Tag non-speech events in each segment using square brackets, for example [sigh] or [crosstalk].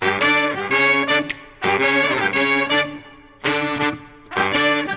[laughs]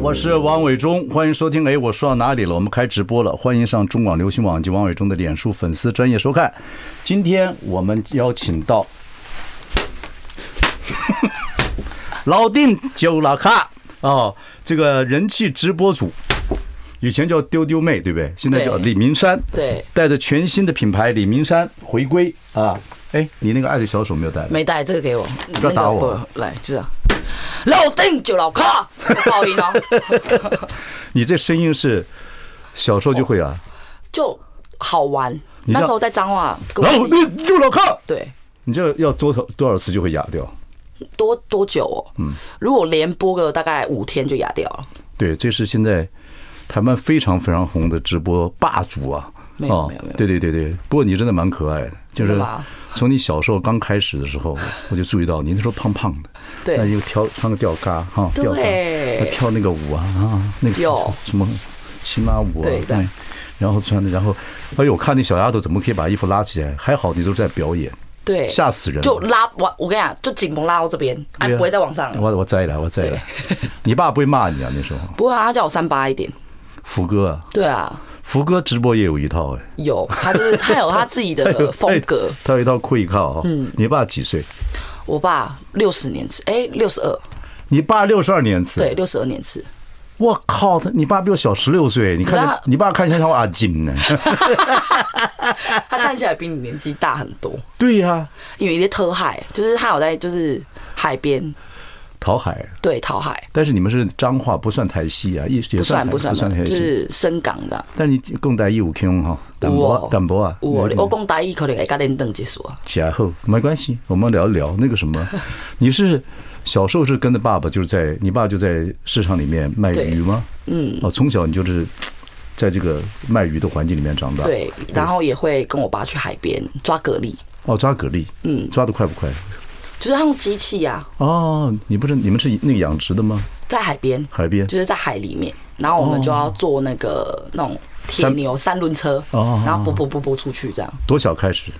我是王伟忠，欢迎收听。哎，我说到哪里了？我们开直播了，欢迎上中广流行网及王伟忠的脸书粉丝专业收看。今天我们邀请到 [laughs] 老丁九老卡哦，这个人气直播主，以前叫丢丢妹，对不对？现在叫对李明山，对，带着全新的品牌李明山回归啊！哎，你那个爱的小手没有带来？没带这个给我，不要打我那个不来就这样。老丁就老卡，报应 [laughs] 哦，你这声音是小时候就会啊？就好玩。你知道那时候在彰化，跟老我弟丁九老卡，对你这要多少多少次就会哑掉？多多久哦？嗯，如果连播个大概五天就哑掉了，对，这是现在台湾非常非常红的直播霸主啊！没有哦没有没有对对对对，不过你真的蛮可爱的，就真的是吗从你小时候刚开始的时 [laughs] 候，我就注意到你那时候胖胖的，对那又跳穿个吊嘎哈，对吊嘎，还跳那个舞啊啊，那个有什么骑马舞啊，对的哎，然后穿的，然后哎呦，我看那小丫头怎么可以把衣服拉起来？还好你都是在表演，对，吓死人了就拉我，我跟你讲，就紧绷拉到这边，哎，对啊不会再往上了。我我再来，我再来，你爸不会骂你啊？那时候不会啊，他叫我三八一点。福哥啊，对啊，福哥直播也有一套哎。哎有他 [laughs] 就是他有他自己的呃风格。他有一套跪靠哈。嗯，你爸几岁？我爸六十年次，哎，六十二，你爸六十二年次。对，，六十二年次。我靠，他你爸比我小十六岁，你看你知道着你爸看起来像我阿金 [laughs] 呢。他看起来比你年纪大很多，对呀、因为一些特海，就是他有在就是海边桃海。对讨海，但是你们是彰化，不算台戏啊，也也不算台不算不算台就戏。是深港的。但你共带一五 Q 哈，淡薄啊淡薄啊，有哦嗯我讲台语可能会跟恁等结束啊。起来后没关系，我们聊一聊那个什 [laughs] 么，你是小时候是跟着爸爸，就是在你爸就在市场里面卖对鱼吗？嗯，哦，从小你就是在这个卖鱼的环境里面长大。对，然后也会跟我爸去海边抓蛤蜊，哦，抓蛤蜊，嗯，抓的快不快？就是他用机器啊，哦，你不是你们是那个养殖的吗？在海边，海边就是在海里面，然后我们就要坐那个那种铁三牛三轮车，哦然后啵啵啵啵出去这样。多小开始？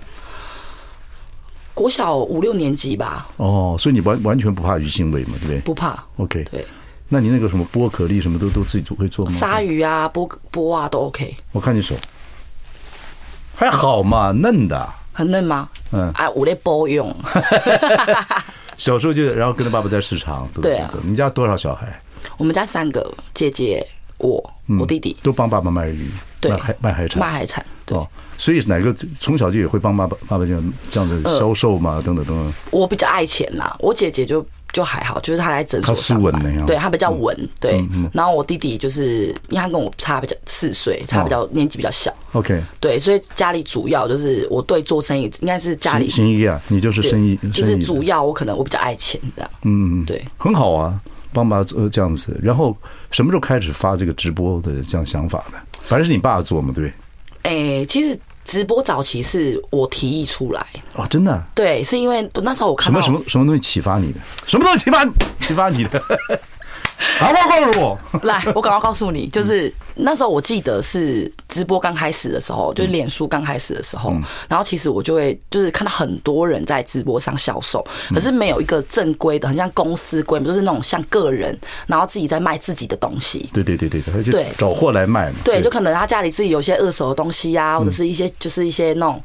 国小五六年级吧，哦，所以你完完全不怕鱼腥味嘛，对不对不怕。 ？OK，对，那你那个什么剥壳粒什么都都自己会做吗？鲨，鱼啊、波波啊都 OK，我看你手还好嘛，嫩的。很嫩吗？嗯哎，我在包用。小时候就然后跟着爸爸在市场，对不对啊你们家多少小孩？我们家三个姐姐，我，我弟弟，都帮爸爸卖鱼，对嗯卖海卖海产，卖海产。对，哦。所以哪个从小就也会帮爸爸爸爸这样这样的销售嘛，呃等等等等。我比较爱钱啦，我姐姐就就还好，就是她在诊所她斯上文班，那样嗯对她比较稳，对。然后我弟弟就是因为他跟我差比较四岁，差比哦较年纪比较小， OK，对，所以家里主要就是我对做生意应该是家里行行医啊，你就是对生意，就生是意的主要我可能我比较爱钱这样，嗯，对。很好啊，帮忙呃这样子。然后什么时候开始发这个直播的这样想法呢？反正是你爸做嘛，对不对？诶、其实直播早期是我提议出来，哦，真的啊、对，是因为那时候我什看到么什么什么东西启发你的？什么东西启发启发 [laughs] 你的？好，报告诉我。来，我赶快告诉你，就是那时候我记得是直播刚开始的时嗯候，就是脸书刚开始的时候，然后其实我就会就是看到很多人在直播上销售，嗯可是没有一个正规的，很像公司规模，就是那种像个人，然后自己在卖自己的东西。对对对对，他就对找货来卖嘛。对，就可能他家里自己有一些二手的东西呀、嗯或者是一些就是一些那种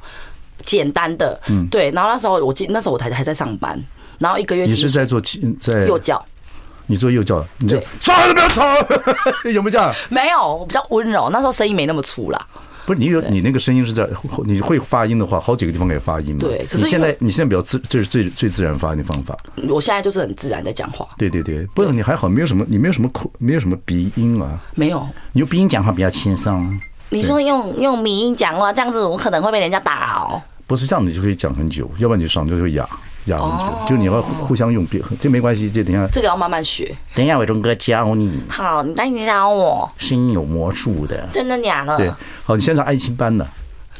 简单的，对。然后那时候我记，那时候我才还在上班，然后一个月你是薪在做亲在又叫你做幼教，你就对抓他都不要吵， [laughs] 有没有这样？没有，我比较温柔，那时候生意没那么粗啦。不是你有你那个声音是在你会发音的话，好几个地方可以发音嘛。对可是你现因在你现在比较自，这是最最自然发音的方法。我现在就是很自然在讲话，对对对，不是你还好，没有什么你没有什么口，没有什么鼻音啊。没有你用鼻音讲话比较轻松，你说用用迷音讲话，这样子我可能会被人家打哦。不是这样，你就可以讲很久，要不然你嗓子就会哑。雅文学，哦就你要互相用，别这没关系，这等一下这个要慢慢学。等一下，伟忠哥教你，好，那你教我，声音有魔术的。哦真的假对的？，好，你现在安亲班呢？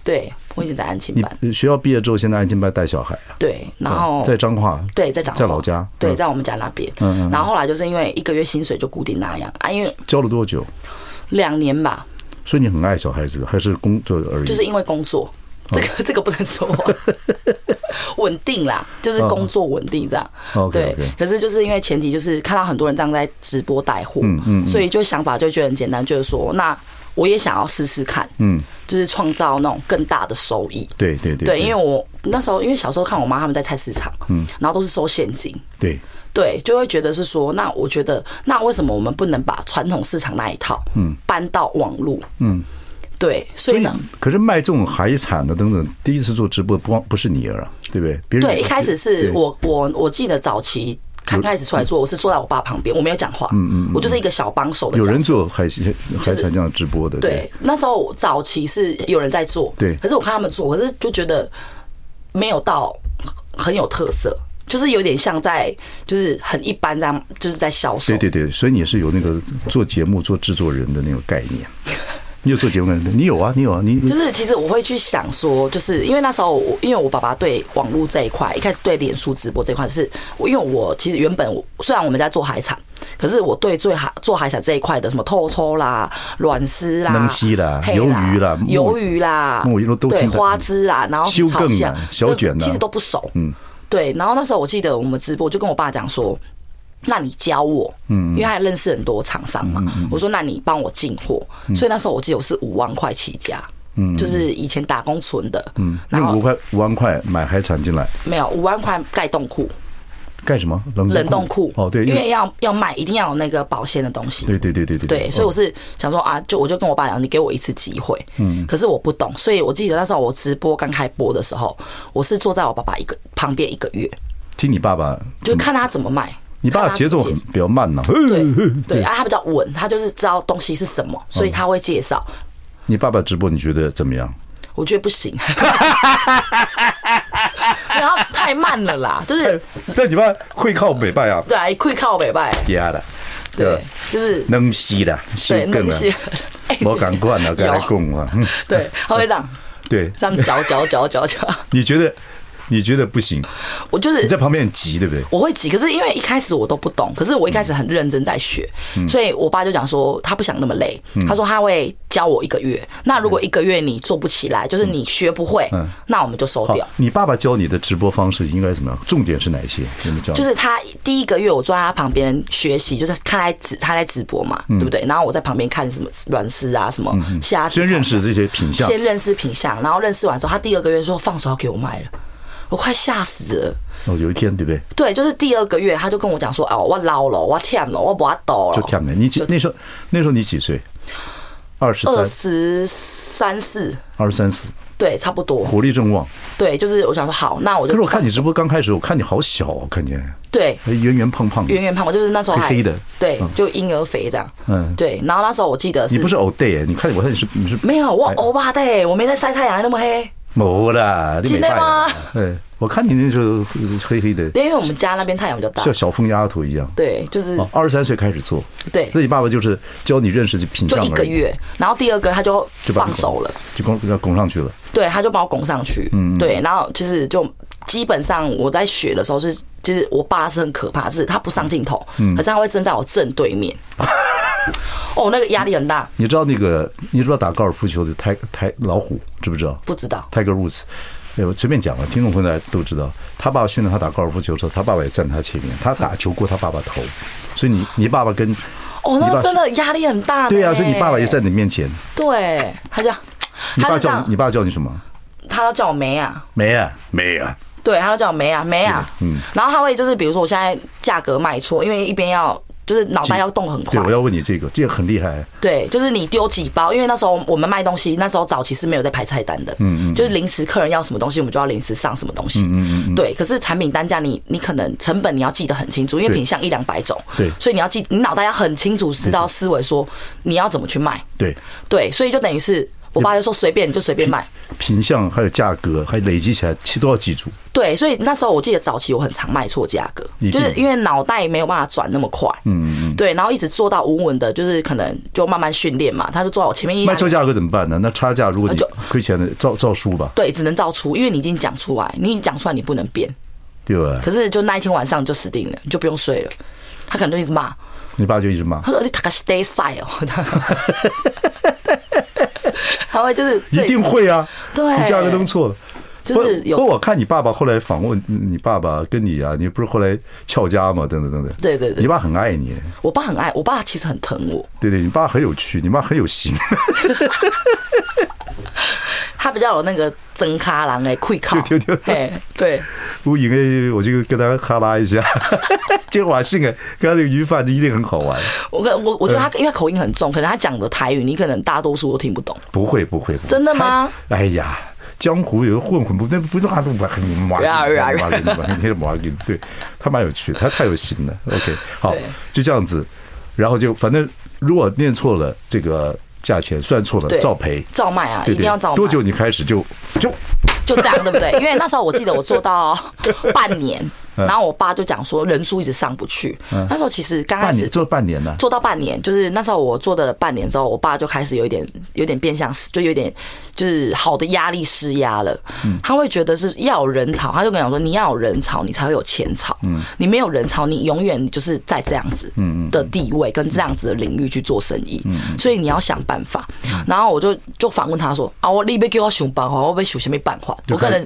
对，我以前在安亲你班，哦呃学校毕业之后，现在安亲班带小孩啊？对，然后在彰化，对在长在华老家，对，嗯在我们家那边。嗯嗯嗯然后后来就是因为一个月薪水就固定那样啊，因为教了多久？两年吧，所以你很爱小孩子，还是工作而已？就是因为工作，嗯这个、这个不能说 [laughs] 稳定啦，就是工作稳定这样。嗯哦 OK 对 OK，可是就是因为前提就是看到很多人这样在直播带货，嗯嗯嗯所以就想法就觉得很简单，就是说那我也想要试试看，嗯，就是创造那种更大的收益。对对对，对，因为我那时候因为小时候看我妈他们在菜市场，嗯，然后都是收现金，对对，就会觉得是说，那我觉得，那为什么我们不能把传统市场那一套，嗯，搬到网络，嗯，对，所以对呢，，可是卖这种海产的等等，第一次做直播不光不是你儿啊，对不对？别人对，一开始对是我我我记得早期刚开始出来做，我是坐在我爸旁边，我没有讲话，嗯嗯，我就是一个小帮手的有角人色。做海海产这样直播的，对，那时候早期是有人在做，对可是我看他们做，可是就觉得没有到很有特色，就是有点像在就是很一般这样，就是在销售对，对对，所以你是有那个做节目、做制作人的那个概念。你有做节目的人，你有啊，你有啊，你就是其实我会去想说，就是因为那时候我因为我爸爸对网络这一块，一开始对脸书直播这一块是，我因为我其实原本我虽然我们家做海产，可是我对做海做海产这一块的什么透抽啦、软丝啦、冷丝啦嘿鱿鱼啦鱿鱼啦，木鱼都对听得花枝啦，然后修炒更虾啦小卷啦其实都不熟。嗯，对，然后那时候我记得我们直播，我就跟我爸讲说。那你教我，嗯，因为他也认识很多厂商嘛。我说，那你帮我进货，所以那时候我记得我是五万块起家，嗯，就是以前打工存的，嗯，然用后五块五万块买海产进来没有五万块盖冻库、干什么？冷冷冻库，哦，对，因为要要卖，一定要有那个保鲜的东西，对对对对对对，所以我哦是想说啊，就我就跟我爸讲，你给我一次机会。嗯，可是我不懂，所以我记得那时候我直播刚开播的时候，我是坐在我爸爸一个旁边一个月，听你爸爸，就是看他怎么卖。你爸看爸他节奏怎么很介比较慢呢。 [laughs] 对对啊，他比较稳，他就是知道东西是什么，嗯所以他会介绍。你爸爸直播你觉得怎么样？我觉得不行， [laughs] 然后太慢了啦， [laughs] 就是哎但你爸会靠北拜啊，对啊，会靠北拜，呀的，对，就是能吸的，吸对更弄啊，些， [laughs] 哎我赶快 [laughs] 了，赶来供啊，嗯对，他会这样对，这样嚼嚼嚼嚼嚼，你觉得你觉得不行？我就是你在旁边很急，对不对？我会挤，可是因为一开始我都不懂，可是我一开始很认真在学，嗯所以我爸就讲说他不想那么累，他说他会教我一个月。那如果一个月你做不起来，就是你学不会，嗯那我们就收好掉。，你爸爸教你的直播方式应该怎么样？重点是哪一些？怎么教你？就是他第一个月我坐在他旁边学习，就是看他在直他在直播嘛，嗯对不对？然后我在旁边看什么软丝啊，什么虾子先炒认识这些品相，先认识品相，然后认识完之后，他第二个月说放手要给我卖了，我快吓死了。哦，有一天对不对？对，就是第二个月他就跟我讲说，哦，我老了，我忝了，我不抖了，就跳门。你几那时候那时候你几岁？二十二三、十三四，二十三四，对，差不多。活力正旺。对，就是我想说，好，那我就可是我看你直播刚开始，我看你好小哦，看见对哎圆圆胖胖的圆，圆胖，我就是那时候还黑黑的对，就婴儿肥这样。嗯对，然后那时候我记得是你不是偶 day？你看我看你是你是没有我哎欧巴的欸，我没在晒太阳还那么黑。没啦，你没真的办吗法。哎，我看你那时候呃黑黑的，因为我们家那边太阳比较大，像小疯丫头一样。对，就是哦，二十三岁开始做，嗯对那，你爸爸就是教你认识这品就相一个而已，月，然后第二个他就就把你放手了，就拱要拱上去了。对，他就把我拱上去，嗯对，然后就是就基本上我在学的时候是，就是我爸是很可怕，是他不上镜头，嗯可是他会站在我正 [laughs] 对面，哦，那个压力很大，你知道那个，你知道打高尔夫球的泰泰老虎知不知道？不知道。 Tiger Woods，哎，我随便讲了，听众朋友大家都知道，他爸爸训练他打高尔夫球的时候，他爸爸也站他前面，他打球过他爸爸头，所以你你爸爸跟哦，那你爸个真的压力很大呢。对啊，所以你爸爸也在你面前，对，他这样，你他爸就这叫你样，你爸叫你什么？他都叫我梅啊，没啊，没啊，对，他都叫我梅啊，梅啊，嗯，然后他会就是比如说我现在价格卖错，因为一边要就是脑袋要动很对，快我，要问你这个，这个很厉害，对，就是你丢几包，因为那时候我们卖东西，那时候早期是没有在排菜单的，嗯嗯，就是临时客人要什么东西，我们就要临时上什么东西，嗯嗯对。可是产品单价你你可能成本你要记得很清楚，因为对品相一两百种，对所以你要记，你脑袋要很清楚，知道思维说你要怎么去卖，对，对，所以就等于是。我爸就说随便你就随便卖。品相还有价格，还累积起来，其实都要记住。对，所以那时候我记得早期我很常卖错价格，一定就是因为脑袋没有办法转那么快，嗯嗯，对，然后一直做到稳稳的，就是可能就慢慢训练嘛，他就做到我前面一卖行错价格怎么办呢？那差价如果你呃就亏钱了，照照输吧，对，只能照出，因为你已经讲出来，你已经讲出来，你不能变。对吧？可是就那一天晚上就死定了，你就不用睡了。他可能就一直骂，你爸就一直骂，他说你大概是 day side 哦， [laughs] 他会就是一定会啊，对你价格弄错了。哎就是不有过我看你爸爸后来访问嗯你爸爸跟你啊，你不是后来翘家吗？等等等等。对对对你爸很爱你，我爸很爱我爸，其实很疼我，对对，你爸很有趣，你妈很有型， [laughs] 他比较有那个真卡郎哎，溃靠，对对对嘿对我以为我就跟他哈拉一下， [laughs] 这个瓦信哎，跟他这个鱼贩子一定很好玩。我跟我我觉得嗯他因为他口音很重，可能他讲的台语你可能大多数都听不懂，不会不会，不会真的吗？猜哎呀，江湖有混混不那不是他都玩你妈，啊啊啊玩你玩你玩你，对他蛮有趣，他太有心了。OK，好对，就这样子，然后就反正如果念错了这个价钱，算错了对，照赔。照卖啊，对一对定要照卖。多久你开始就就就这样，对 [laughs] 不对？因为那时候我记得我做到半年，嗯然后我爸就讲说人数一直上不去。那时候其实刚开半年始做半年呢、做到半年，就是那时候我做的半年之后，我爸就开始有一点有点变相，就有点就是好的压力施压了。他会觉得是要有人潮，他就跟我讲说你要有人潮，你才会有钱潮。你没有人潮，你永远就是在这样子的地位跟这样子的领域去做生意，所以你要想办法。然后我就就反问他说啊，我你别给我想办法，我被想什么办法？我可能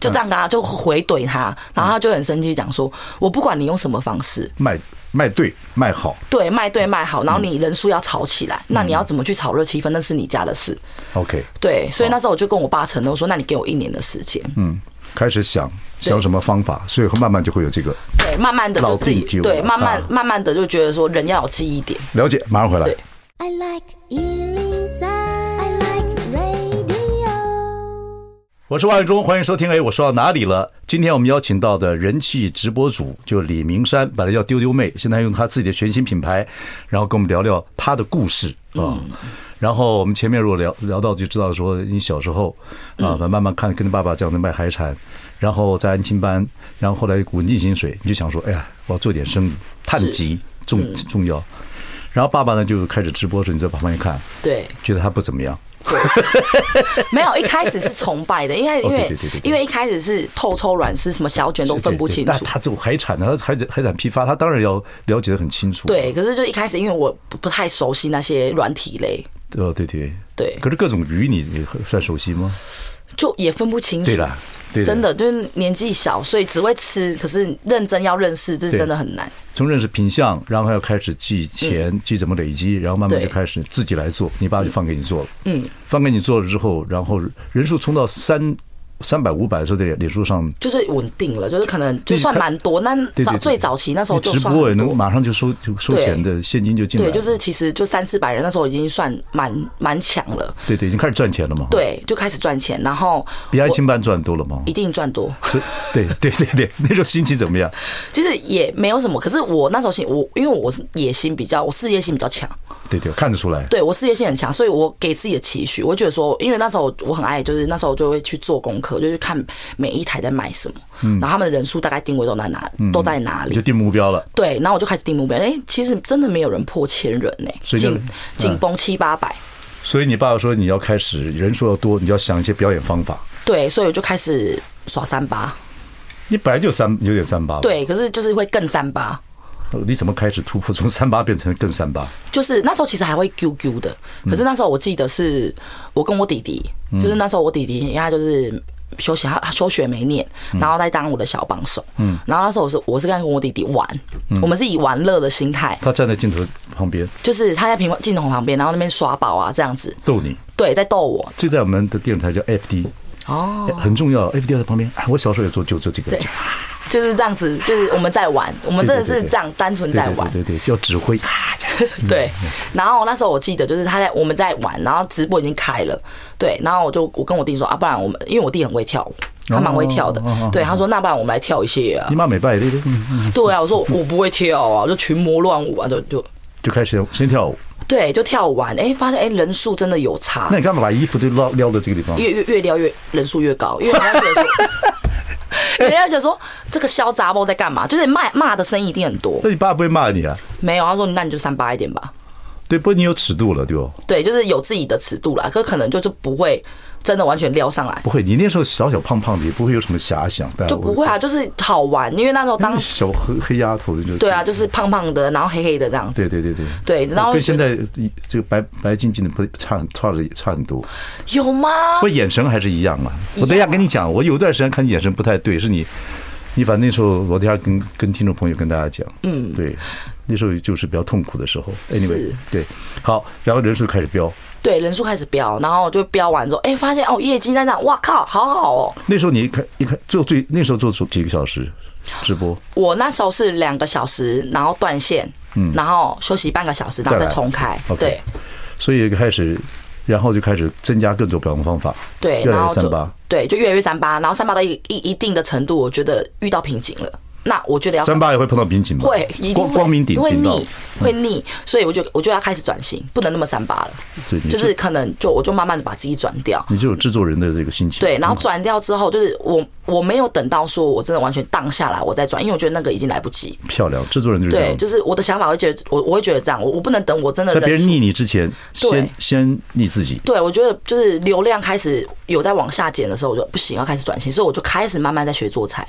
就这样跟他就回怼他，然后他就很生气讲说，我不管你用什么方式，卖卖对卖好对，卖对卖好，嗯然后你人数要炒起来，那你要怎么去炒热气氛，那是你家的事。 ，OK，对，所以那时候我就跟我爸承诺说，那你给我一年的时间，嗯，开始想想什么方法，所以慢慢就会有这个对，慢慢的老就自己定居对，了慢慢啊慢慢的就觉得说人要有记忆点，了解。马上回来对。 I like Ealing Sound. I like radio. 我是万永忠，欢迎收听。哎，我说到哪里了？今天我们邀请到的人气直播主就李明山，本来叫丢丢妹，现在用她自己的全新品牌，然后跟我们聊聊她的故事啊。然后我们前面如果聊聊到，就知道说你小时候啊，慢慢看跟着爸爸这样子卖海产，然后在安亲班，然后后来稳定薪水，你就想说，哎呀，我要做点生意，探集重重要。然后爸爸呢就开始直播的时候，你在旁边看，对。觉得他不怎么样，没有，一开始是崇拜的，因为因哦对为对对对对因为一开始是透抽软丝，什么小卷都分不清那楚。他就海产呢，他海海产批发，他当然要了解的很清楚。啊对，可是就一开始因为我不不太熟悉那些软体类，哦，对对对可是各种鱼你你算熟悉吗？就也分不清楚。对啦，对啦真。的就是年纪小，所以只会吃，可是认真要认识，这是对真的很难。从认识品相，然后还要开始记钱，记怎么累积，然后慢慢嗯对就开始自己来做，你爸就放给你做了。嗯，放给你做了之后，然后人数冲到三三百五百的时候，在脸脸书上。就是稳定了，就是可能就算蛮多，那对对早对最早期那时候你就直算播也很能多，马上就收就收对钱的现金就进来对，了，就是其实就三四百人，那时候已经算蛮蛮强了，对对已经开始赚钱了嘛，，对，就开始赚钱，然后比安亲班赚多了嘛，一定赚多。 [laughs] 所以对对对对， [laughs] 那时候心情怎么样？其实也没有什么，可是我那时候心我因为我是野心比较，我事业心比较强，对对，看得出来，对我事业心很强，所以我给自己的期许，我觉得说，因为那时候我很爱，就是那时候就会去做功课，就去看每一台在卖什么，嗯然后他们的人数大概定位都在哪，都在哪你里就。定目标了。对，然后我就开始定目标，哎、其实真的没有人破千人呢、所以就紧紧绷七八百，所以你爸爸说你要开始人数要多，你要想一些表演方法。对，所以我就开始耍三八，你本来就三有点三八，，对，可是就是会更三八，你怎么开始突破从三八 [laughs] 变成更三八？就是那时候其实还会啾啾的，可是那时候我记得是我跟我弟弟，就是那时候我弟弟，因为他就是休息，他他休学没念，然后在当我的小帮手，嗯，然后那时候我是我是跟跟我弟弟玩，我们是以玩乐的心态，他站在镜头旁边就是他在屏镜头旁边，然后那边耍宝啊这样子，逗你，对，在逗我，这在我们的电视台叫 FD，哦，很重要。FD 在旁边，哎我小时候也做就做这个，对就是这样子，就是我们在玩，我们真的是这样单纯对在对玩，对对对，要指挥。啊这样对，然后那时候我记得就是他在我们在玩，然后直播已经开了，对，然后我就我跟我弟说啊，不然我们因为我弟很会跳舞，他蛮会跳的哦哦哦，对，他说那不然我们来跳一些啊你，妈美拜，对对，嗯嗯对啊，我说我不会跳啊，我就群魔乱舞啊，就就就开始先跳舞。对，就跳舞完，哎、发现哎、人数真的有差那，你干嘛把衣服都撩撩到这个地方？越越越撩越人数越高，因为人家觉 [laughs] 得说，人家觉得说这个小杂包在干嘛，就是骂骂的声音一定很多。那你爸不会骂你啊？没有，他说那你就三八一点吧，对，不过你有尺度了，对不？对，就是有自己的尺度啦，可可能就是不会真的完全撩上来，不会，你那时候小小胖胖的，也不会有什么遐想，但就不会啊，就是好玩，因为那时候当小黑黑丫头就对啊，就是胖胖的，然后黑黑的这样子，对对对对。对，然后跟现觉得在这个白白净净的不差很差的差很多，有吗不？眼神还是一样啊。啊一样啊我等一下跟你讲，我有一段时间看你眼神不太对，是你，你反正那时候我等一下跟跟听众朋友跟大家讲，嗯，对，那时候就是比较痛苦的时候。anyway，是对，好，然后人数开始飙，对，人数开始飙，然后就飙完之后，哎、发现哦业绩在那，哇靠，好好哦。那时候你一开一开做最那时候做出几个小时直播，我那时候是两个小时，然后断线，然后休息半个小时，然嗯后再再来重开， OK 对所以开始，然后就开始增加各种表扬方法，对，越来然越后三就八，对，就越来越三八，然后三八到一一一定的程度，我觉得遇到瓶颈了，那我觉得要三八也会碰到瓶颈吧？会一定光会光明顶会顶到嗯腻，会腻，所以我就我就要开始转型，不能那么三八了，对，你就是可能就我就慢慢的把自己转掉。你就有制作人的这个心情，对，然后转掉之后，就是我我没有等到说我真的完全荡下来，我再转，因为我觉得那个已经来不及。漂亮，制作人就是这对，样。就是我的想法会觉得我我会觉得这样，我我不能等我真的在别人人数逆你之前，先先逆自己。对，我觉得就是流量开始有在往下减的时候，我就不行，要开始转型，所以我就开始慢慢在学做菜，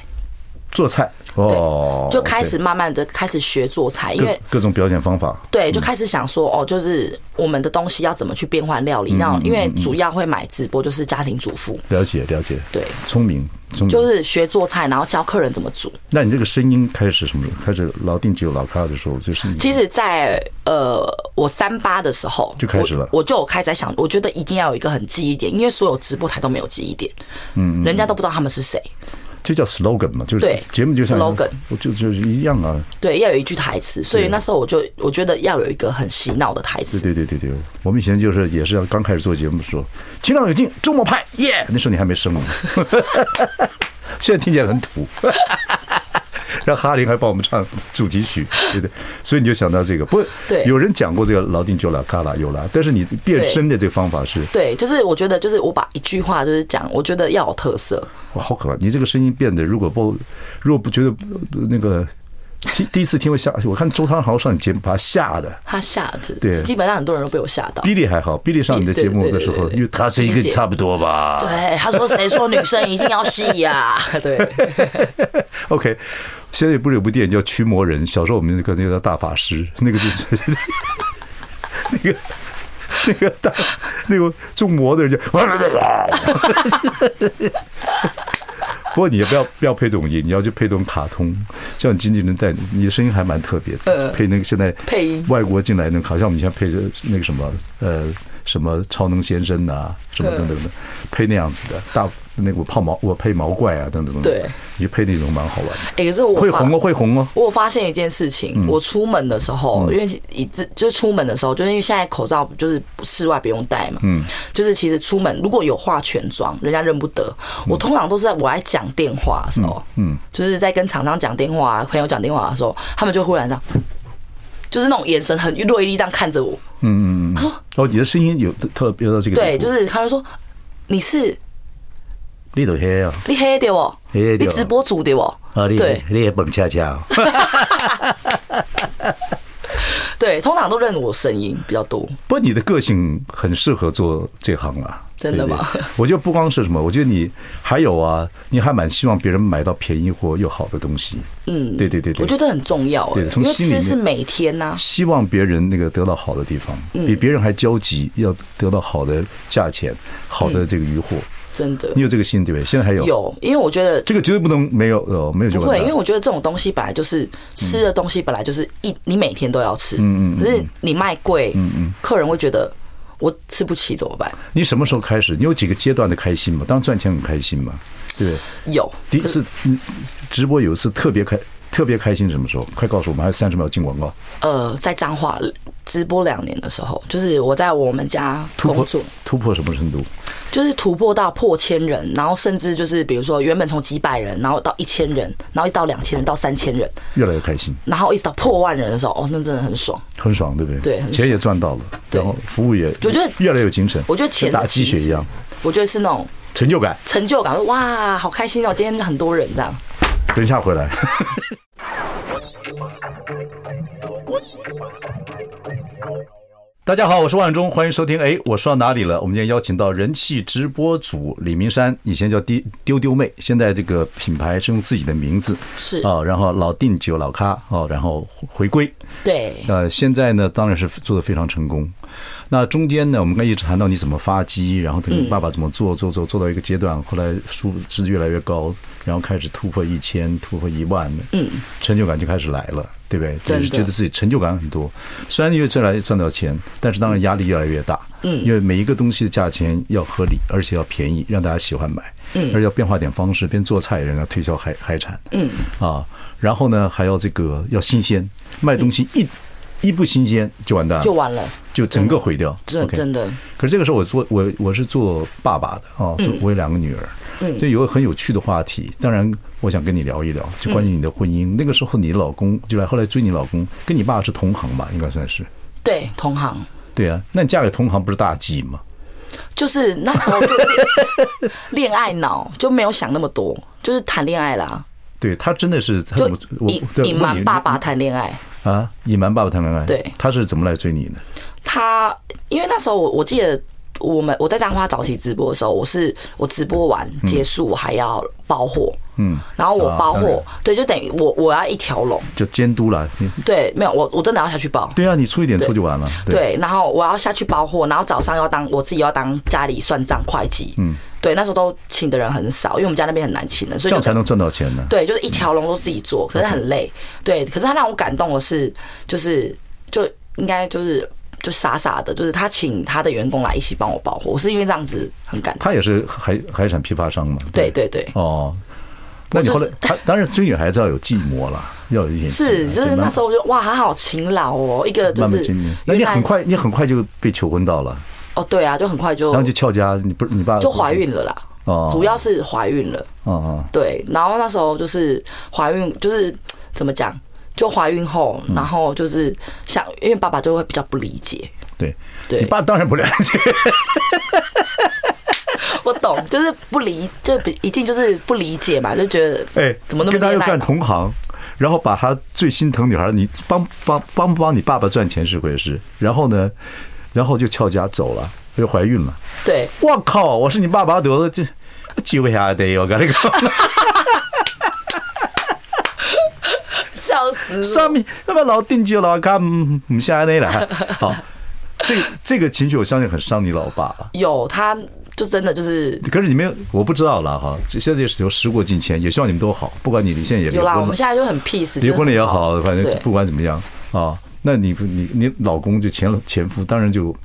做菜对，哦，就开始慢慢的开始学做菜，对因各为各种表演方法，对，就开始想说哦，就是我们的东西要怎么去变换料理，嗯那因为主要会买直播就是家庭主妇，了解了解，对，聪明聪明。就是学做菜，然后教客人怎么煮。那你这个声音开始什么？开始老定只有老咖的时候，就是你其实在，呃我三八的时候就开始了我，我就有开始在想，我觉得一定要有一个很记忆点，因为所有直播台都没有记忆点，嗯，人家都不知道他们是谁，就叫 slogan 嘛，就是对节目就像 slogan 我就就是一样啊。对，要有一句台词，所以那时候我就我觉得要有一个很洗脑的台词，对对对对对，我们以前就是也是刚开始做节目的时候，情场有劲，周末派耶，那时候你还没生呢， [laughs] 现在听起来很土。 [laughs] 然后哈林还帮我们唱主题曲，对对，所以你就想到这个。不过，对有人讲过这个老定就拉卡拉有啦，但是你变身的这个方法是对，就是我觉得就是我把一句话就是讲，我觉得要有特色，哇，好可怕！你这个声音变得，如果不如果不觉得呃那个第第一次听会吓，我看周汤豪上你节目把他吓的。他吓就是对基本上很多人都被我吓到。比利还好，比利上你的节目的时对对对候，对因为他是一个理解差不多吧。对，他说谁说女生一定要细呀、 [laughs] 欸对 [laughs] OK，现在不是有部电影叫《驱魔人》？小时候我们那个那个叫大法师，那个就是 [laughs] 那个那个大那个种魔的人就， [laughs] 不过你也不要不要配这种音，你要去配这种卡通，像你经纪人带你，你的声音还蛮特别的，配那个现在呃配音外国进来那个，好像我们以前配着那个什么呃什么超能先生呐、啊什么等等的，嗯配那样子的大那个我泡毛我配毛怪啊等等等等，对，你就配那种蛮好玩的，哎、可是我会发红哦会红哦，我有发现一件事情，我出门的时候，因为以自就是出门的时候，就是因为现在口罩就是室外不用戴嘛，嗯，就是其实出门如果有化全妆，人家认不得。我通常都是在我在讲电话的时候，嗯，就是在跟厂商讲电话、朋友讲电话的时候，他们就忽然这样，就是那种眼神很锐利，这样看着我，哦你的声音有特特别到这个对，地步就是他就说你是你都黑啊，你黑的哦，黑你的哦直播主的哦，啊你对你也蹦恰恰哦，对，通常都认我声音比较多，不，你的个性很适合做这行啊。真的吗对不对？我觉得不光是什么，我觉得你还有啊，你还蛮希望别人买到便宜货又好的东西。嗯，对对对对，我觉得这很重要、欸，对从因为心里吃面是每天啊呐、希望别人那个得到好的地方，嗯比别人还焦急，要得到好的价钱、好的这个鱼货。真的你。有这个心对不对？现在还有嗯有，因为我觉得这个绝对不能没有呃没有就不完蛋会，因为我觉得这种东西本来嗯就是吃的东西，本来就是一你每天都要吃，嗯嗯，可是你卖贵，嗯嗯，客人会觉得我吃不起怎么办？你什么时候开始？你有几个阶段的开心嘛？当然赚钱很开心嘛，对不对？有第一次嗯直播有一次特别开特别开心，什么时候？快告诉我们，还有三十秒进广告。呃，在彰化直播两年的时候，就是我在我们家突工破作，突破什么程度？就是突破到破千人，然后甚至就是比如说原本从几百人，然后到一千人，然后一直到两千人，到三千人，越来越开心，然后一直到破万人的时候，哦，那真的很爽。很爽，对不对？对很钱也赚到了，对然后服务也，我觉得越来越有精神。我觉得钱跟打鸡血一样，，我觉得是那种成就感。成就感，哇，好开心哦，今天很多人这样。等一下回来。大家好，我是万忠，欢迎收听。哎，我说到哪里了？我们今天邀请到人气直播主李明山，以前叫丢丢丢妹，现在这个品牌是用自己的名字，是哦，然后老定酒老咖哦，然后回归，对，呃，现在呢，当然是做的非常成功。那中间呢，我们刚才一直谈到你怎么发迹，然后嗯跟爸爸怎么做做做做到一个阶段，后来数值越来越高，然后开始突破一千，突破一万，嗯，成就感就开始来了，对不对？就真的是觉得自己成就感很多，虽然越赚来赚到钱，但是当然压力越来越大，嗯，因为每一个东西的价钱要合理，而且要便宜，让大家喜欢买，嗯，而且要变化点方式，边做菜人要推销海海产，嗯，啊，然后呢还要这个要新鲜，卖东西一。一不新鲜就完蛋了，就完了，就整个毁掉。真 OK 真的。嗯可是这个时候我做我我是做爸爸的啊，就我有两个女儿，就有个很有趣的话题。当然，我想跟你聊一嗯聊，就关于你的婚姻。那个时候你老公就来，后来追你老公，跟你爸是同行吧，应该算是。对，同行对啊，那你嫁给同行不是大忌吗？就是那时候就恋恋爱脑，就没有想那么多，就是谈恋爱啦，对他真的是他就怎么我隐对隐我问瞒你爸爸谈恋爱。啊，隐瞒爸爸谈恋爱，对他是怎么来追你的？他因为那时候我我记得我们我在彰化早期直播的时候，我是我直播完结束我还要包货，嗯，然后我包啊当然货，对，就等于我我要一条龙，就监督了，你对，没有我我真的要下去包。对啊，你出一点错就完了，对，然后我要下去包货，然后早上要当我自己要当家里算账会计，嗯，对，那时候都请的人很少，因为我们家那边很难请人，这所以就样才能赚到钱呢。对，就是一条龙都自己做，可是很累。对，可是他让我感动的是，就是就应该就是就傻傻的，就是他请他的员工来一起帮我包货，我是因为这样子很感动。他也是海海产批发商嘛，对对对，哦，那你后来，他当然追女孩子要有寂寞 [laughs] 啦，要有一点是寂寞就是对慢那时候我就哇，他好勤劳哦，一个就慢慢是经历。那原你来很快，你很快就被求婚到了，哦，对啊，就很快就然后就翘家，你不是你爸就怀孕了啦，哦主要是怀孕了。啊啊，对，然后那时候就是怀孕，就是怎么讲，就怀孕后，然后就是想，因为爸爸就会比较不理解， [laughs] 对。对你爸当然不了 [laughs] 解，我懂，就是不理，就比一定就是不理解嘛，就觉得哎，怎么那么跟他又恋爱干脑同行，然后把他最心疼女孩，你帮帮帮不帮你爸爸赚钱是回事，然后呢，然后就翘家走了，又怀孕了，对，我靠，我是你爸爸得了这救下的，我跟你讲。笑死我，上面那么老定居老嗯干唔下来了。好，这个这个情绪我相信很伤你老爸吧。有他就真的就是可是你没有，我不知道了哈。这现在也是有时过境迁，也希望你们都好。不管你现在也离有婚啦，我了们，现在就很 peace，离婚了也就是很好，反正对不管怎么样啊。那你你你老公就前前夫，当然就。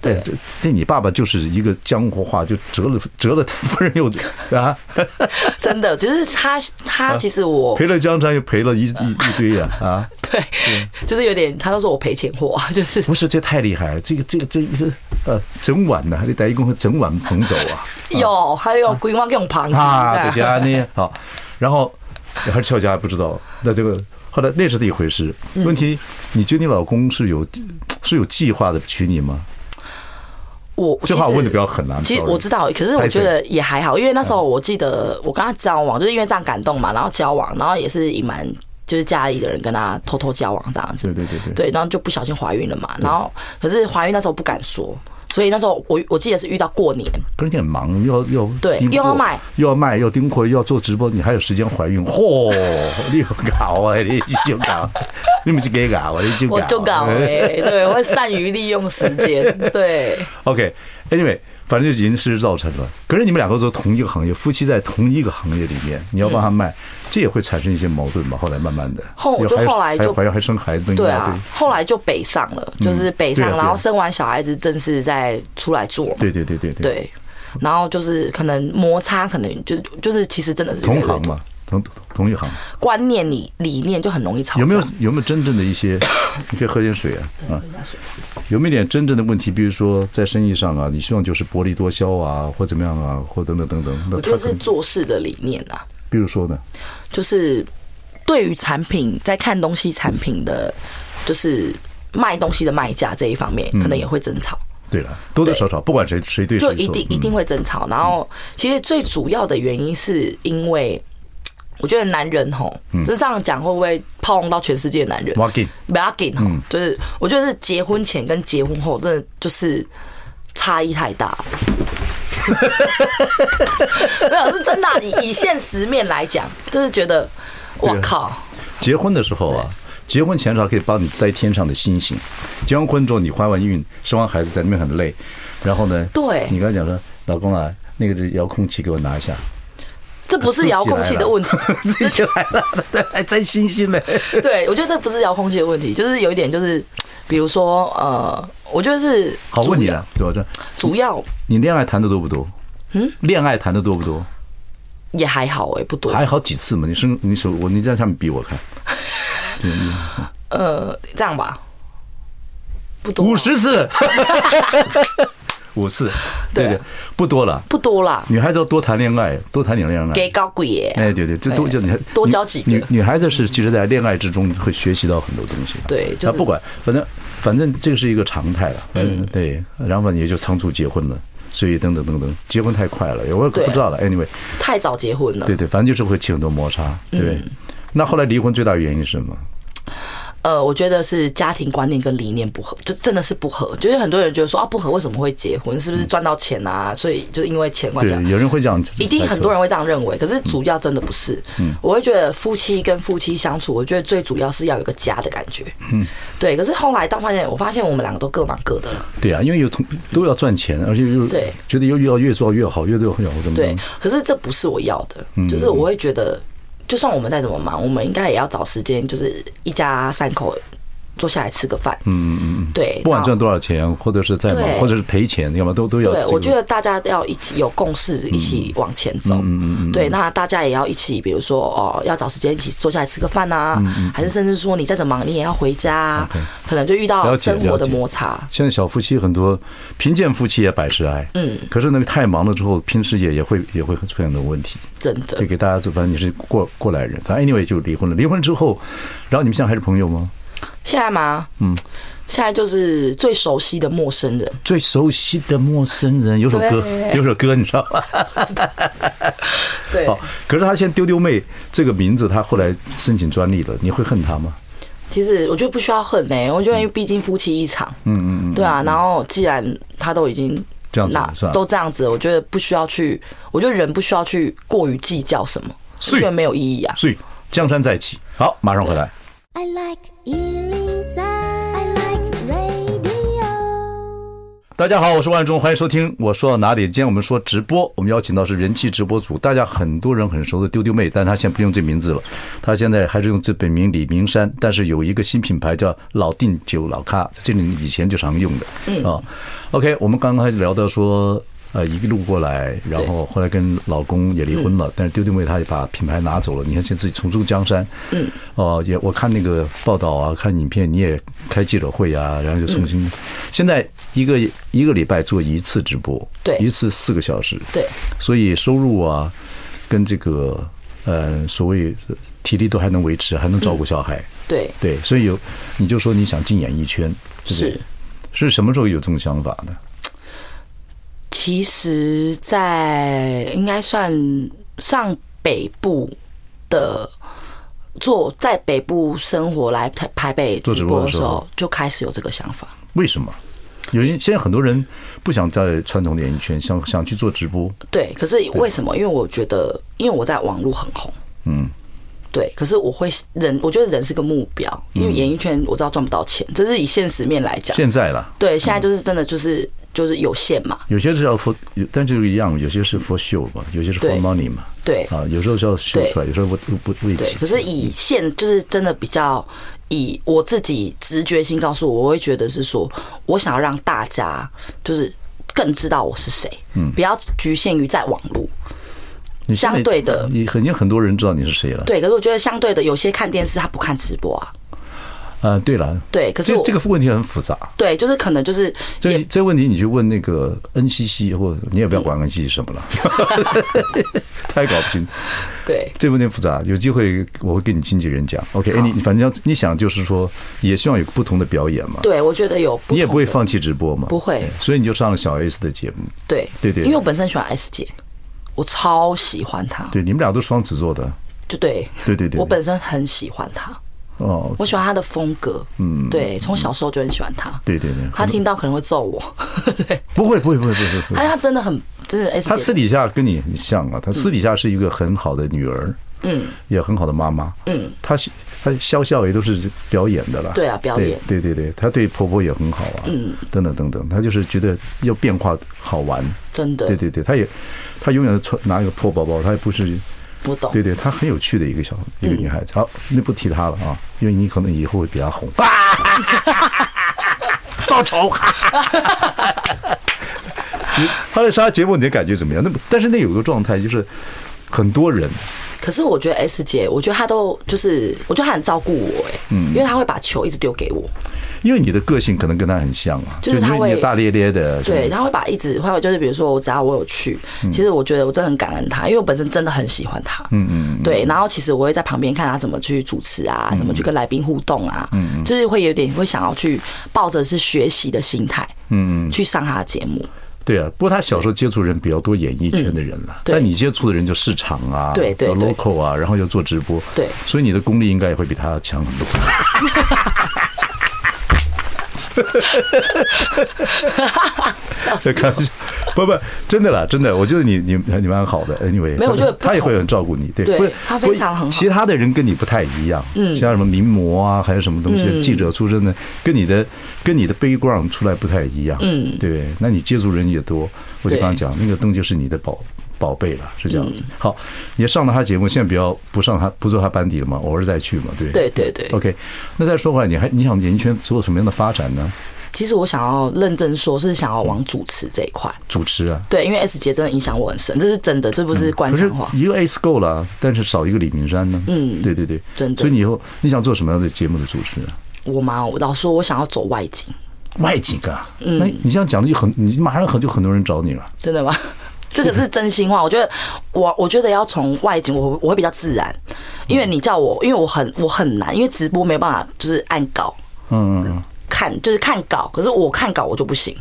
对哎这这你爸爸就是一个江湖话，就折了折了 [laughs] 夫人又啊，真的就是他他其实我赔了江山又赔了一一一堆呀啊对，就是有点，他都说我赔钱货啊，就是不是，这太厉害了，这个这个这个这个呃，整晚呐、你第一共整晚捧走 [laughs] 啊有，还有规划用旁啊，这些安呢好，然后还是俏家不知道，那这个后来那是一回事。嗯问题，你觉得你老公是有是有计划的娶你吗？我这话其实问的比较狠啊其实 sorry 我知道，可是我觉得也还好，因为那时候我记得我跟他交往，就是因为这样感动嘛，然后交往，然后也是隐瞒，就是家里的人跟他偷偷交往这样子。对对对对对，然后就不小心怀孕了嘛，然后可是怀孕那时候不敢说，所以那时候我我记得是遇到过年，可是你很忙，又要又要对订货又要卖，又要卖，又要订货，又要做直播，你还有时间怀孕？嚯， [laughs] 你有搞啊，你就搞，你不是给搞啊，你就搞， [laughs] 我就 [laughs] 搞哎、对，我会善于利用时 [laughs] 间，对，啊 OK，Anyway，、反正就已经事实造成了。可是你们两个都同一个行业，夫妻在同一个行业里面，你要帮他卖，这也会产生一些矛盾吧？后来慢慢的，嗯后有就还后来还就怀还生孩子的，对啊，后来就北上了，就是北上，对啊对啊然后生完小孩子正式再出来做嘛，对对对对对对，对，然后就是可能摩擦，可能就就是其实真的是同行嘛，同同一行，观念理理念就很容易吵架。有没有有没有真正的一 [coughs] 些？你可以喝点水啊啊！有没有点真正的问题？比如说在生意上啊，你希望就是薄利多销啊，或怎么样啊，或等等等等。那我觉得他可是能做事的理念啊，比如说呢，就是对于产品在看东西产品的，就是卖东西的卖价这一方嗯面，可能也会争吵。对了，多多少少，不管谁谁对谁错，就一定一嗯定会争吵。然后，其实最主要的原因是因为，我觉得男人吼，就是这样讲会不会炮轰到全世界的男人？哇劲不要紧吼，就是我觉得是结婚前跟结婚后，真的就是差异太大了。 [laughs] 没有是真的啊、以以现实面来讲，就是觉得，我靠，结婚的时候啊，结婚前的时候可以帮你摘天上的星星，结完婚之后你怀完孕生完孩子在那边很累，然后呢，对你刚才讲说老公啊，那个遥控器给我拿一下，这不是遥控器的问题，自己来了，对， [laughs] 还摘星星嘞， [laughs] 对，我觉得这不是遥控器的问题，就是有一点就是，比如说呃，我觉得是 [laughs] 好问啊你主要了，对吧？这主要你恋爱谈的多不多？嗯，恋爱谈的多不多？也还好哎、不多。还好几次嘛？你生你手我你在下面比我看呃，这样吧，不多，五十 [laughs] 次，五次，对对对啊，不多了。不多啦，女孩子要多谈恋爱，多谈点恋爱。给高贵耶。哎，对对，这都哎就你多交几个女女孩子是其实，在恋爱之中会学习到很多东西。对就是那不管，反正反正这个是一个常态了。嗯，对，然后也就仓促结婚了，所以等等等等，结婚太快了，我也对啊不知道了。Anyway，太早结婚了对。对，反正就是会起很多摩擦，对不对。嗯那后来离婚最大原因是什么？呃，我觉得是家庭观念跟理念不合，就真的是不合。就是很多人觉得说啊，不合为什么会结婚？是不是赚到钱啊？所以就是因为钱嗯关对系啊。，有人会这样，一定很多人会这样认为，可是主要真的不是。我会觉得夫妻跟夫妻相处，我觉得最主要是要有一个家的感觉。嗯，对。可是后来当发现，我发现我们两个都各忙各的了。对啊，因为有同都要赚钱，而且又对觉得又要越做越好，越做越好怎么对样？，可是这不是我要的，就是我会觉得，就算我们再怎么忙，我们应该也要找时间，就是一家三口坐下来吃个饭。嗯嗯嗯，对，不管然后赚多少钱，或者是再忙对，或者是赔钱，要么都都要这对个。，我觉得大家要一起有共识，一起嗯往前走。对，那大家也要一起，比如说哦，要找时间一起坐下来吃个饭啊，嗯还是甚至说你再怎么忙，你也要回家啊，可能就遇到了解生活的了解摩擦。现在小夫妻很多，贫贱夫妻也百事哀。嗯，可是那个太忙了之后，拼事业也会也会出现很多问题。真的这，给大家做，反正你是过过来人，反正 anyway 就离婚了。离婚之后，然后你们现在还是朋友吗？现在吗？嗯，现在就是最熟悉的陌生人，最熟悉的陌生人有首歌，对有首歌你知道吧？对，好，可是他现在丢丢妹这个名字，他后来申请专利了，你会恨他吗？其实我觉得不需要恨呢、我觉得因为毕竟夫妻一场，嗯嗯嗯，对啊。然后既然他都已经这样子了那是吧都这样子了，我觉得不需要去，我觉得人不需要去过于计较什么，我是觉得没有意义啊。所以江山再起。好，马上回来。 I like Ealing Sound. I like radio. 大家好，我是万忠，欢迎收听。我说到哪里？今天我们说直播，我们邀请到是人气直播组，大家很多人很熟的丢丢妹，但她现在不用这名字了，她现在还是用这本名李明山，但是有一个新品牌叫老定酒老咖，这是你以前就常用的。嗯啊，OK，我们刚刚聊到说。呃，一路过来，然后后来跟老公也离婚嗯了，但是丢丢妹她也把品牌拿走了。你看，现在自己重出江山，嗯，哦、也我看那个报道啊，看影片，你也开记者会啊，然后就重嗯新，现在一个一个礼拜做一次直播，对一次四个小时，对，所以收入啊，跟这个呃所谓体力都还能维持，还能照顾小孩，对，对，所以有你就说你想进演艺圈，对不对是。是什么时候有这种想法呢？其实，在应该算上北部的做在北部生活来台台北做直直播播的的时时候候，就开始有这个想法。为什么？有人现在很多人不想在传统的演艺圈，想想去做直播，对，可是为什么？因为我觉得，因为我在网络很红，嗯，对。可是我会人，我觉得人是个目标，因为演艺圈我知道赚不到钱，这是以现实面来讲。现嗯在啦，对，现在就是真的就是就是有限嘛，有些是要 for，有但就是一样，有些是 for show 嘛，有些是对 for money 嘛，对啊，有时候是要秀出来，有时候不不不一对。起可。是以现就是真的比较以我自己直觉性告诉我，我会觉得是说我想要让大家就是更知道我是谁，嗯，不要局限于在网络。你现在相对的你肯定很多人知道你是谁了。对，可是我觉得相对的，有些看电视他不看直播啊，啊，对了，对，可是这我这个问题很复杂。对，就是可能就是这也这问题你去问那个 NCC 或者你也不要管 NCC 什么了， [laughs] 他也搞不清。对这问题复杂，有机会我会跟你经纪人讲。OK，哎，你反正你想就是说，也希望有不同的表演嘛，对，我觉得有你也不会同的放弃直播嘛，不会哎所以你就上了小 S 的节目。对对对因为我本身喜欢 S 姐，我超喜欢她，对，你们俩都双子座的，就对对对对对我本身很喜欢她，哦，我喜欢她的风格，嗯，对，从小时候就很喜欢她，对对对她听到可能会揍我， [laughs] 对，不会不会不会不会不但会，是她真的很真的 S 她姐私底下跟你很像啊，她私底下是一个很好的女儿，嗯，也很好的妈妈，嗯，她她笑笑也都是表演的了，对啊表演对对对对，她对婆婆也很好啊，嗯，等等等等，她就是觉得要变化好玩，真的对对对，她也她永远穿拿一个破包包，她也不是。我懂对对，她很有趣的一个小一个女孩嗯子。好，那不提她了啊，因为你可能以后会比她 [laughs] 红。报仇。你她在莎节目，你的感觉怎么样？那么但是那有个状态就是，很多人可是我觉得 S 姐，我觉得她都就是，我觉得她很照顾我哎、嗯，因为她会把球一直丢给我，因为你的个性可能跟他很像啊，就是因他为会你大咧咧的，对，她会把一直，还有就是比如说我只要我有去，其实我觉得我真的很感恩她，因为我本身真的很喜欢她，嗯嗯，对，然后其实我会在旁边看她怎么去主持啊，怎么去跟来宾互动啊，嗯，就是会有点会想要去抱着是学习的心态，嗯，去上她的节目，对啊。不过他小时候接触人比较多演艺圈的人了，对但你接触的人就市场啊，对对有对 local 啊，然后又做直播，对所以你的功力应该也会比他强很多。在 [laughs] 开玩笑，不不，真的啦，真的，我觉得你你你蛮好的，anyway，没有我觉得不他也同会很照顾你，对，对不是他非不常很好其他的人跟你不太一样，嗯，像什么名模啊，还有什么东嗯西，记者出身的，跟你的跟你的 background 出来不太一样，嗯，对，那你接触人也多，我就对嗯刚刚讲那个东西就是你的宝宝贝了，是这样子。好，你上了他节目，现在比较不上他不做他班底了嘛，偶尔再去嘛，对，对对对，OK，那再说回来，你还你想演艺圈做什么样的发展呢？其实我想要认真说，是想要往主持这一块，主持啊，对，因为 S 姐真的影响我很深，这是真的，这不是嗯官可是腔话，一个 ACE 够了啊，但是少一个李明山呢。嗯对对对，真的所以你以后你想做什么样的节目的主持人？我妈，我老说我想要走外景，外景啊，嗯那你这样讲的就很，你马上很就很多人找你了。真 [laughs] 的吗？这个是真心话，我觉得我我觉得要从外景，我我会比较自然，因为你叫我，因为我很我很难，因为直播没办法就是按稿嗯嗯嗯，看，就是看稿，可是我看稿我就不行，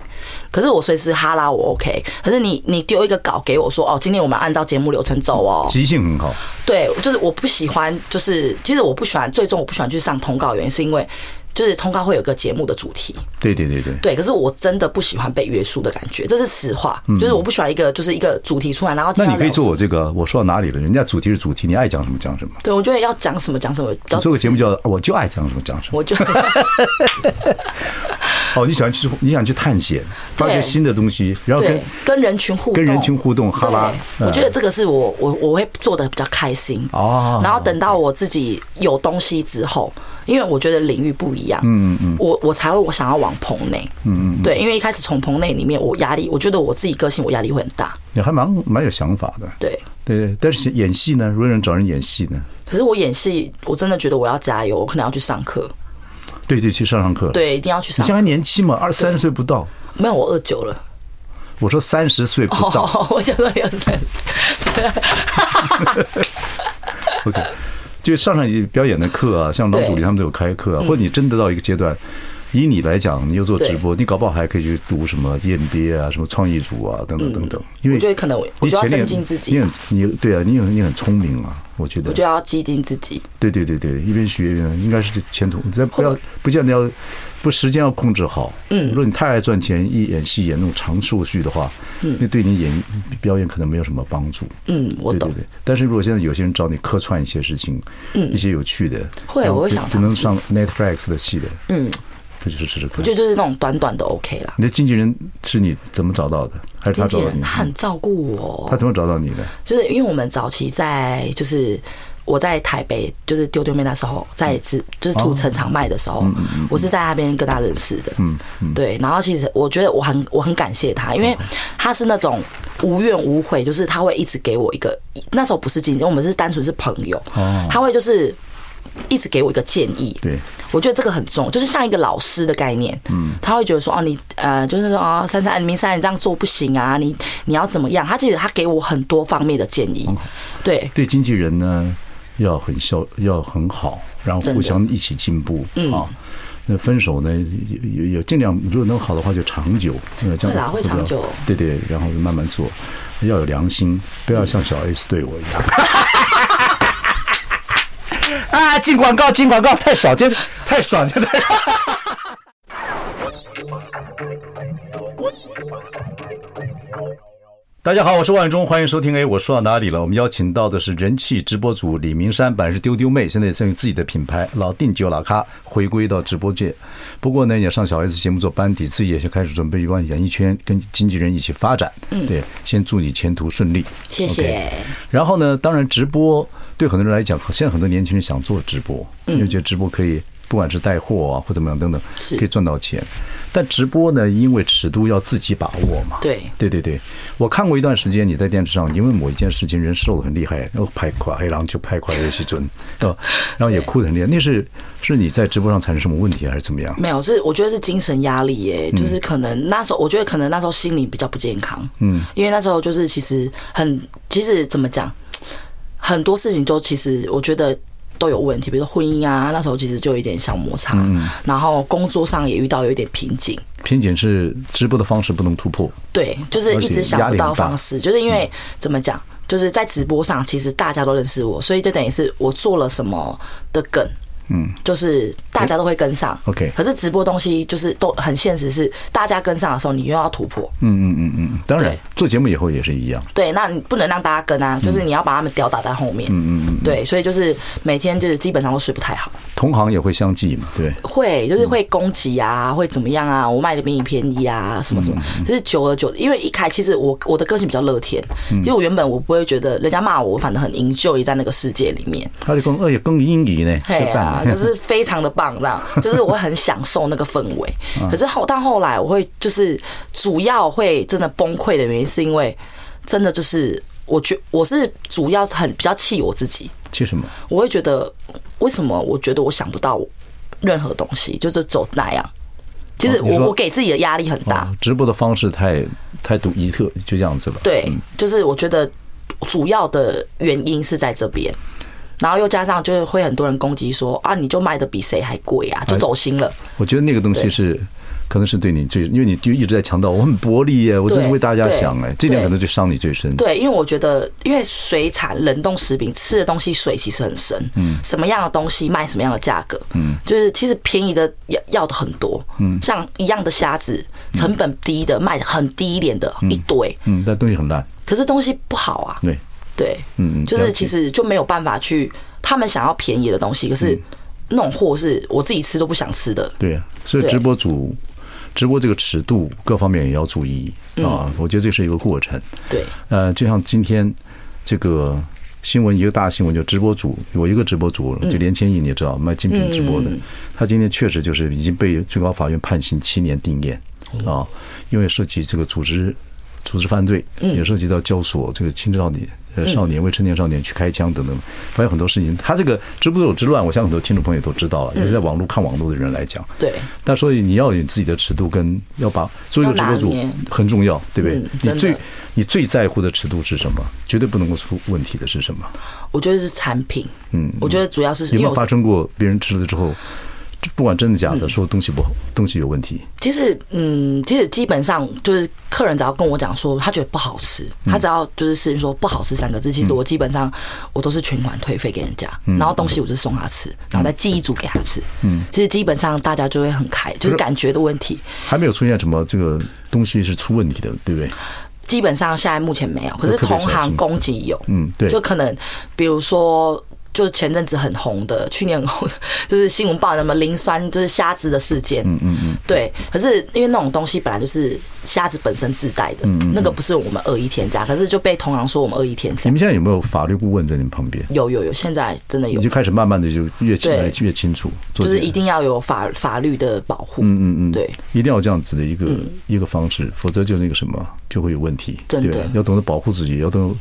可是我随时哈拉我 OK，可是你你丢一个稿给我说哦，今天我们按照节目流程走哦，即兴很好，对，就是我不喜欢，就是其实我不喜欢，最终我不喜欢去上通告，原因是因为就是通告会有个节目的主题，对对对对，对，可是我真的不喜欢被约束的感觉，这是实话。就是我不喜欢一个就是一个主题出来，然后嗯那你要可以聊做什我这个，我说到哪里了？人家主题是主题，你爱讲什么讲什么么。。对，我觉得要讲什么讲什么，比较你做个节目叫“我就爱讲什么讲什么”。我就哦，你喜欢去，你想去探险，发掘对新的东西，然后跟对跟人群互动，跟人群互动哈拉嗯对我觉得这个是我我我会做的比较开心哦然后等到我自己有东西之后，因为我觉得领域不一样，嗯嗯，我我才会我想要往棚内，嗯嗯，对，因为一开始从棚内里面，我压力，我觉得我自己个性我压力会很大，你还蛮蛮有想法的。对。对对，但是演戏呢，如果有人找人演戏呢，可是我演戏，我真的觉得我要加油，我可能要去上课，对对，去上上课。，对，一定要嗯去你上现在还年轻嘛，二三十岁不到。没有，我二九了。我说三十岁不到、哦， [laughs] 我想说你二三， o k 就上上你表演的课 [laughs] 啊，像老对嗯主理他们都有开课啊，或者你真的到一个阶段，以你来讲，你又做直播，你搞不好还可以去读什么验爹啊、什么创意组啊等等等等，因为嗯我觉得可能我你我就要潜力增很进自己你很你对啊，你很你很聪明啊，我觉得我就要激进自己。对对对对，一边学一边应该是前途，但不要不见得要不时间要控制好。嗯，如果你太爱赚钱，一演戏演那种长数据的话，嗯，那对你演表演可能没有什么帮助。嗯，我对懂对。对，但是如果现在有些人找你客串一些事情，嗯，一些有趣的，会然后我会就想就能尝试上 Netflix 的戏的，嗯，这就是试试看我觉。得就是那种短短的 OK 啦。你的经纪人是你怎么找到的？还是他经纪找到人你？他很照顾我，他怎么找到你的？就是因为我们早期在就是我在台北就是丢丢妹那时候，嗯在只就是土哦城场卖的时候，我是在那边跟嗯他哦认识的。嗯，对。然后其实我觉得我很我很感谢他，因为他是那种无怨无悔，就是他会一直给我一个，那时候不是竞争，我们是单纯是朋友，他会就是一直给我一个建议，哦对，我觉得这个很重，就是像一个老师的概念，嗯，他会觉得说，哦，你呃，就是说啊，珊珊、明珊，你这样做不行啊，你你要怎么样？他其实他给我很多方面的建议，对，对经纪人呢要很孝，要很好，然后真的互相一起进步啊。那分手呢，也也也尽量，如果能好的话就长久，呃，这对啦样会比较长久对对，然后慢慢做，要有良心，不要像小 S 对我一样。 [laughs] 啊，进广告，进广告，太爽，真 [laughs] 太爽，真的。大家好，我是万忠，欢迎收听。哎，我说到哪里了？我们邀请到的是人气直播主李明山，本来是丢丢妹，现在也参与自己的品牌老定酒老咖，回归到直播界。不过呢，也上小 S 节目做班底，自己也是开始准备往演艺圈跟经纪人一起发展。嗯，对，先祝你前途顺利。谢谢 OK 然后呢，当然直播对很多人来讲，现在很多年轻人想做直播，嗯因为觉得直播可以，不管是带货啊或怎么样等等，是可以赚到钱。但直播呢，因为尺度要自己把握嘛。对对对对，我看过一段时间你在电视上，因为某一件事情人瘦的很厉害，然后拍垮黑狼就拍垮叶 [laughs] 西尊，哦，然后也哭的很厉害。那是是你在直播上产生什么问题还是怎么样？没有，是我觉得是精神压力耶、就是可能那时候，我觉得可能那时候心理比较不健康，嗯，因为那时候就是其实很，其实怎么讲，很多事情都其实我觉得。都有问题，比如说婚姻啊，那时候其实就有一点小摩擦，然后工作上也遇到有一点瓶颈，偏见是直播的方式不能突破，对，就是一直想不到方式，就是因为怎么讲，就是在直播上，其实大家都认识我，所以就等于是我做了什么的梗，嗯，就是大家都会跟上。 OK 可是直播东西就是都很现实，是大家跟上的时候，你又要突破，嗯嗯嗯嗯，当然对做节目以后也是一样。对，那你不能让大家跟啊，就是你要把他们吊打在后面，嗯嗯嗯，对，所以就是每天就是基本上都睡不太好，同行也会相继嘛，对，会就是会攻击啊，会怎么样啊？我卖的比你便宜啊，什么什么，就是久而久之，因为一开其实我我的个性比较乐天，因为我原本我不会觉得人家骂我，我反正很 enjoy 在那个世界里面，他就更哎呀更英语呢，嘿是这啊样， [laughs] [laughs] 就的。是非常的棒，这样，就是我会很享受那个氛围。可是后到后来，我会就是主要会真的崩溃的原因，是因为真的就是我觉我是主要是很比较气我自己，去什么？我会觉得为什么我觉得我想不到任何东西，就是走那样。其实哦你我、说我给自己的压力很大，哦，直播的方式太太独一特，就这样子了。嗯对，就是我觉得主要的原因是在这边。然后又加上就是会很多人攻击说啊，你就卖的比谁还贵啊，哎就走心了。我觉得那个东西对是，可能是对你最，因为你就一直在强调我很薄利耶，我对真是为大家想哎这对，点可能就伤你最深。对，因为我觉得，因为水产冷冻食品吃的东西水其实很深，嗯，什么样的东西卖什么样的价格，嗯，就是其实便宜的要要的很多，嗯，像一样的虾子，成本低的卖的很低廉的一堆，嗯，但东西很烂，可是东西不好啊，对，对，嗯嗯就了是解其实就没有办法去，他们想要便宜的东西，可是嗯那种货是我自己吃都不想吃的，对啊，所以对直播主。直播这个尺度各方面也要注意嗯啊，我觉得这是一个过程。对，呃，就像今天这个新闻，一个大新闻，就直播主，有一个直播主，就连千亿，你知道卖精品直播的，他今天确实就是已经被最高法院判刑七年定谳啊，因为涉及这个组织组织犯罪，也涉及到教唆这个青少年。呃，少年未成年少年去开枪等等，反正很多事情。他这个直播主之乱，我相信很多听众朋友都知道了，尤其在网络看网络的人来讲，对，但所以你要有你自己的尺度，跟要把做一个直播主要拿捏很重要，对不对嗯？你真的最你最在乎的尺度是什么？绝对不能够出问题的是什么？我觉得是产品，嗯，我觉得主要是有因没为有我是发生过别人吃了之后，不管真的嗯假的，说东西不好，东西有问题？其实，嗯，其实基本上就是客人只要跟我讲说他觉得不好吃，他只要就是事情说不好吃三个字，其实我基本上我都是全款退费给人家，然后东西我就送他吃，然后再寄一组给他吃。嗯，其实基本上大家就会很开，就是感觉的问题。还没有出现什么这个东西是出问题的，对不对？基本上现在目前没有，可是特别同小行心攻击有，嗯对就可能比如说就是前阵子很红的，去年很红的，就是新闻报那么磷酸就是虾子的事件，嗯嗯嗯，对。可是因为那种东西本来就是虾子本身自带的，嗯那个不是我们恶意添加，可是就被同行说我们恶意添加你。们现在有没有法律顾问在你们旁边？有有有，现在真的有你就，开始慢慢的就越清对越清楚，做就这是个一定要有法法律的保护，嗯嗯嗯，对。一定要这样子的一个、一个方式，否则就那个什么就会有问题。嗯真的对吧，要懂得保护自己，要懂，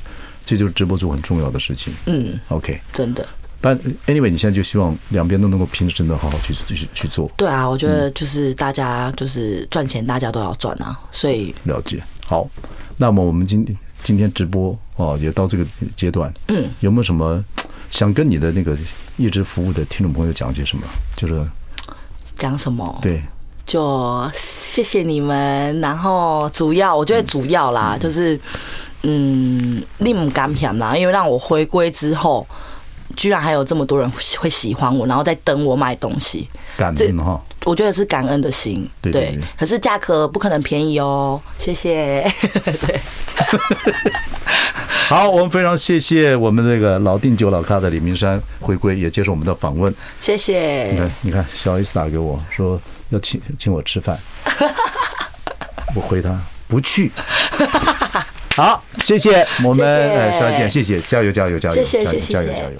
这就是直播主很重要的事情。嗯，OK，真的，但 anyway，你现在就希望两边都能够平时的好好去去去做，对啊，我觉得就是大家就是赚钱，大家都要赚啊，所以了解。好，那么我们今天今天直播哦，也到这个阶段，嗯，有没有什么想跟你的那个一直服务的听众朋友讲些什么？就是讲什么？对，就谢谢你们。然后主要我觉得主要啦，就是嗯，你们感想啦，因为让我回归之后，居然还有这么多人会喜欢我，然后在等我买东西，感这恩哈，我觉得是感恩的心。对对对可是价格不可能便宜哦。谢谢。 [laughs] 对，好，我们非常谢谢我们这个老定酒老咖的李明山回归，也接受我们的访问。谢你谢看。，你看，小 S 打给我说要请请我吃 [laughs] 饭，我回他不去。好，谢谢，我们谢谢哎，下次见，谢谢，加油，加油，加油，谢谢加油谢谢加油，谢谢加油。